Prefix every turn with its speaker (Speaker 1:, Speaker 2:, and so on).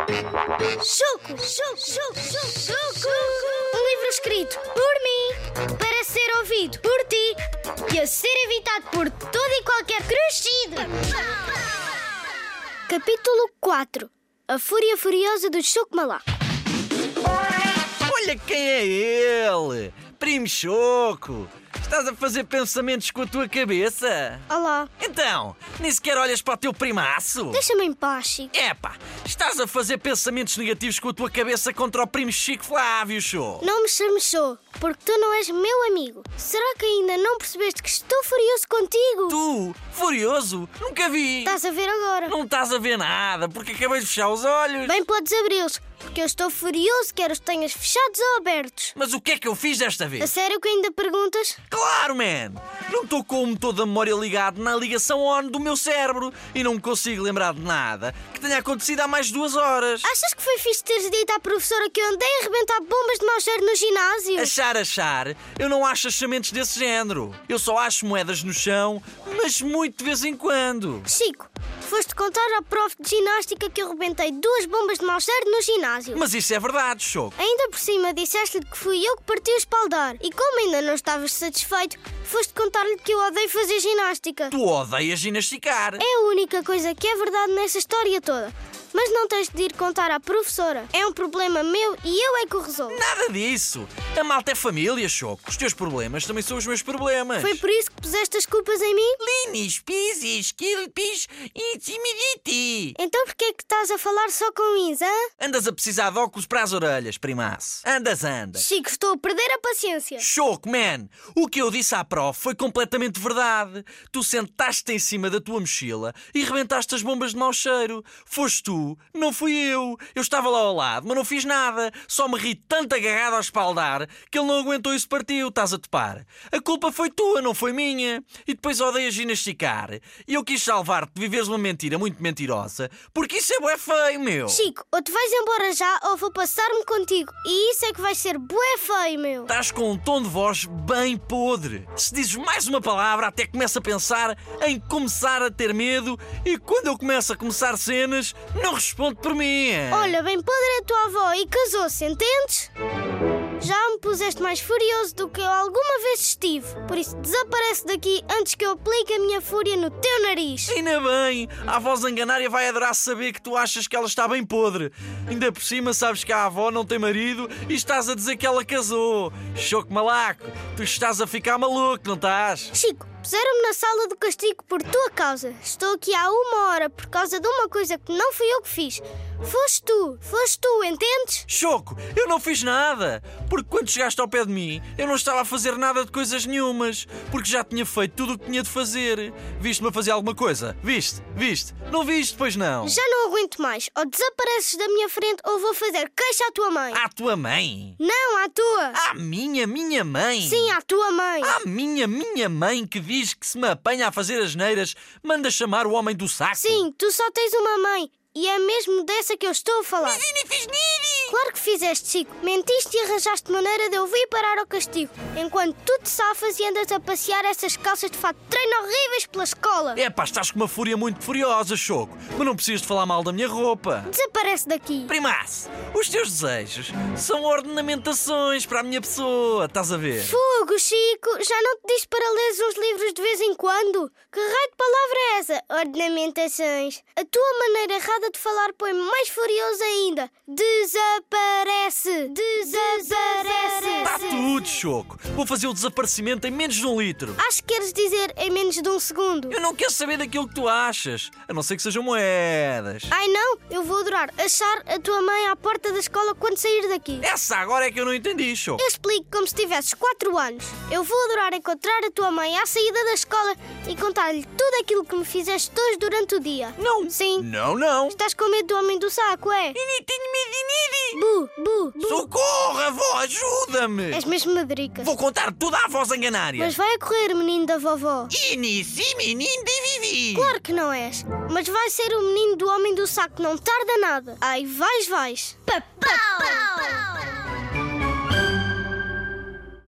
Speaker 1: Chuco, chuco, chuco, chuco, chuco. Um livro escrito por mim, para ser ouvido por ti e a ser evitado por todo e qualquer crescido. Capítulo 4 A Fúria Furiosa do Chuco Malaco.
Speaker 2: Olha quem é ele! Primo Choco! Estás a fazer pensamentos com a tua cabeça?
Speaker 1: Olá,
Speaker 2: Então, nem sequer olhas para o teu primaço?
Speaker 1: deixa-me em paz, Chico.
Speaker 2: Epá, estás a fazer pensamentos negativos com a tua cabeça contra o primo Chico Flávio, show!
Speaker 1: Não me chamechou, porque tu não és meu amigo. Será que ainda não percebeste que estou furioso contigo?
Speaker 2: Tu, furioso, nunca vi!
Speaker 1: Estás a ver agora.
Speaker 2: Não estás a ver nada, porque acabei de fechar os olhos!
Speaker 1: Bem podes abri-los, porque eu estou furioso, quero os tenhas fechados ou abertos.
Speaker 2: Mas o que é que eu fiz desta vez?
Speaker 1: A sério que ainda perguntas?
Speaker 2: Claro, man! Não estou com o motor da memória ligado na ligação ON do meu cérebro e não me consigo lembrar de nada que tenha acontecido há mais de duas horas.
Speaker 1: Achas que foi fixe teres dito à professora que eu andei a arrebentar bombas de mau cheiro no ginásio?
Speaker 2: Achar, achar, eu não acho achamentos desse género. Eu só acho moedas no chão, mas muito de vez em quando.
Speaker 1: Chico, foste contar à prof de ginástica que eu arrebentei duas bombas de mau cheiro no ginásio.
Speaker 2: Mas isso é verdade, Choco.
Speaker 1: Ainda por cima disseste-lhe que fui eu que parti o espaldar. E como ainda não estavas satisfeito, foste contar-lhe que eu odeio fazer ginástica.
Speaker 2: Tu odeias ginasticar.
Speaker 1: É a única coisa que é verdade nessa história toda. Mas não tens de ir contar à professora. É um problema meu e eu é que o resolvo.
Speaker 2: Nada disso. A malta é família, Choco. Os teus problemas também são os meus problemas.
Speaker 1: Foi por isso que puseste as culpas em mim?
Speaker 2: Linis, pisis, quilpis, intimiditi.
Speaker 1: Então porquê é que estás a falar só com Isa?
Speaker 2: Andas a precisar de óculos para as orelhas, primaço. Andas, andas.
Speaker 1: Chico, estou a perder a paciência.
Speaker 2: Choco, man! O que eu disse à prof foi completamente verdade. Tu sentaste em cima da tua mochila e rebentaste as bombas de mau cheiro. Foste tu, não fui eu. Eu estava lá ao lado, mas não fiz nada. Só me ri tanto agarrado ao espaldar que ele não aguentou e se partiu. Estás a topar. A culpa foi tua, não foi minha. E depois odeias ginasticar. E eu quis salvar-te de viveres uma mentira muito mentirosa, porque isso é bué feio, meu.
Speaker 1: Chico, ou te vais embora já ou vou passar-me contigo. E isso é que vai ser bué feio, meu.
Speaker 2: Estás com um tom de voz bem podre. Se dizes mais uma palavra, até começo a pensar em começar a ter medo e quando eu começo a começar cenas, não responde por mim.
Speaker 1: Olha, bem podre é a tua avó e casou-se, entendes? Já me puseste mais furioso do que eu alguma vez estive. Por isso, desaparece daqui antes que eu aplique a minha fúria no teu nariz.
Speaker 2: Ainda bem, a avó zanganária vai adorar saber que tu achas que ela está bem podre. Ainda por cima sabes que a avó não tem marido e estás a dizer que ela casou. Choco malaco, tu estás a ficar maluco, não estás?
Speaker 1: Chico, puseram-me na sala do castigo por tua causa. Estou aqui há uma hora por causa de uma coisa que não fui eu que fiz. Foste tu, foste tu, entendes?
Speaker 2: Choco, eu não fiz nada! Porque quando chegaste ao pé de mim, eu não estava a fazer nada de coisas nenhumas, porque já tinha feito tudo o que tinha de fazer. Viste-me a fazer alguma coisa? Viste? Viste? Não viste, pois não?
Speaker 1: Já não aguento mais. Ou desapareces da minha frente ou vou fazer queixa à tua mãe.
Speaker 2: À tua mãe!
Speaker 1: Não, à tua.
Speaker 2: À minha, minha mãe!
Speaker 1: Sim, à tua mãe.
Speaker 2: À minha, minha mãe que diz que se me apanha a fazer as neiras, manda chamar o homem do saco!
Speaker 1: Sim, tu só tens uma mãe. E é mesmo dessa que eu estou a falar.
Speaker 2: Mas eu nem fiz nada!
Speaker 1: Claro que fizeste, Chico. Mentiste e arranjaste maneira de eu vir parar ao castigo. Enquanto tu te safas e andas a passear essas calças de fato de treino horríveis pela escola.
Speaker 2: É pá, estás com uma fúria muito furiosa, Choco, mas não precisas de falar mal da minha roupa!
Speaker 1: Desaparece daqui.
Speaker 2: Primaço, os teus desejos são ornamentações para a minha pessoa, estás a ver?
Speaker 1: Fogo, Chico! Já não te diz para leres uns livros de vez em quando? Que raio de palavra é essa? Ornamentações. A tua maneira errada de falar põe-me mais furioso ainda. Desaparece!
Speaker 2: Está
Speaker 1: Desaparece!
Speaker 2: Tá tudo, Choco. Vou fazer o desaparecimento em menos de um litro.
Speaker 1: Acho que queres dizer em menos de um segundo.
Speaker 2: Eu não quero saber daquilo que tu achas, a não ser que sejam moedas.
Speaker 1: Ai não, eu vou adorar achar a tua mãe à porta da escola quando sair daqui.
Speaker 2: Essa agora é que eu não entendi, Choco.
Speaker 1: Eu explico como se tivesses 4 anos. Eu vou adorar encontrar a tua mãe à saída da escola e contar-lhe tudo aquilo que me fizeste hoje durante o dia.
Speaker 2: Não.
Speaker 1: Sim.
Speaker 2: Não, não.
Speaker 1: Estás com medo do homem do saco, é?
Speaker 2: Eu nem tenho medo de nada.
Speaker 1: Bu, bu, bu.
Speaker 2: Socorro, avó, ajuda-me.
Speaker 1: És mesmo madrica.
Speaker 2: Vou contar tudo à voz enganária.
Speaker 1: Mas vai a correr, menino da vovó.
Speaker 2: Inis e menino de Vivi.
Speaker 1: Claro que não és. Mas vai ser o menino do homem do saco, não tarda nada. Ai, vais, vais. Papá!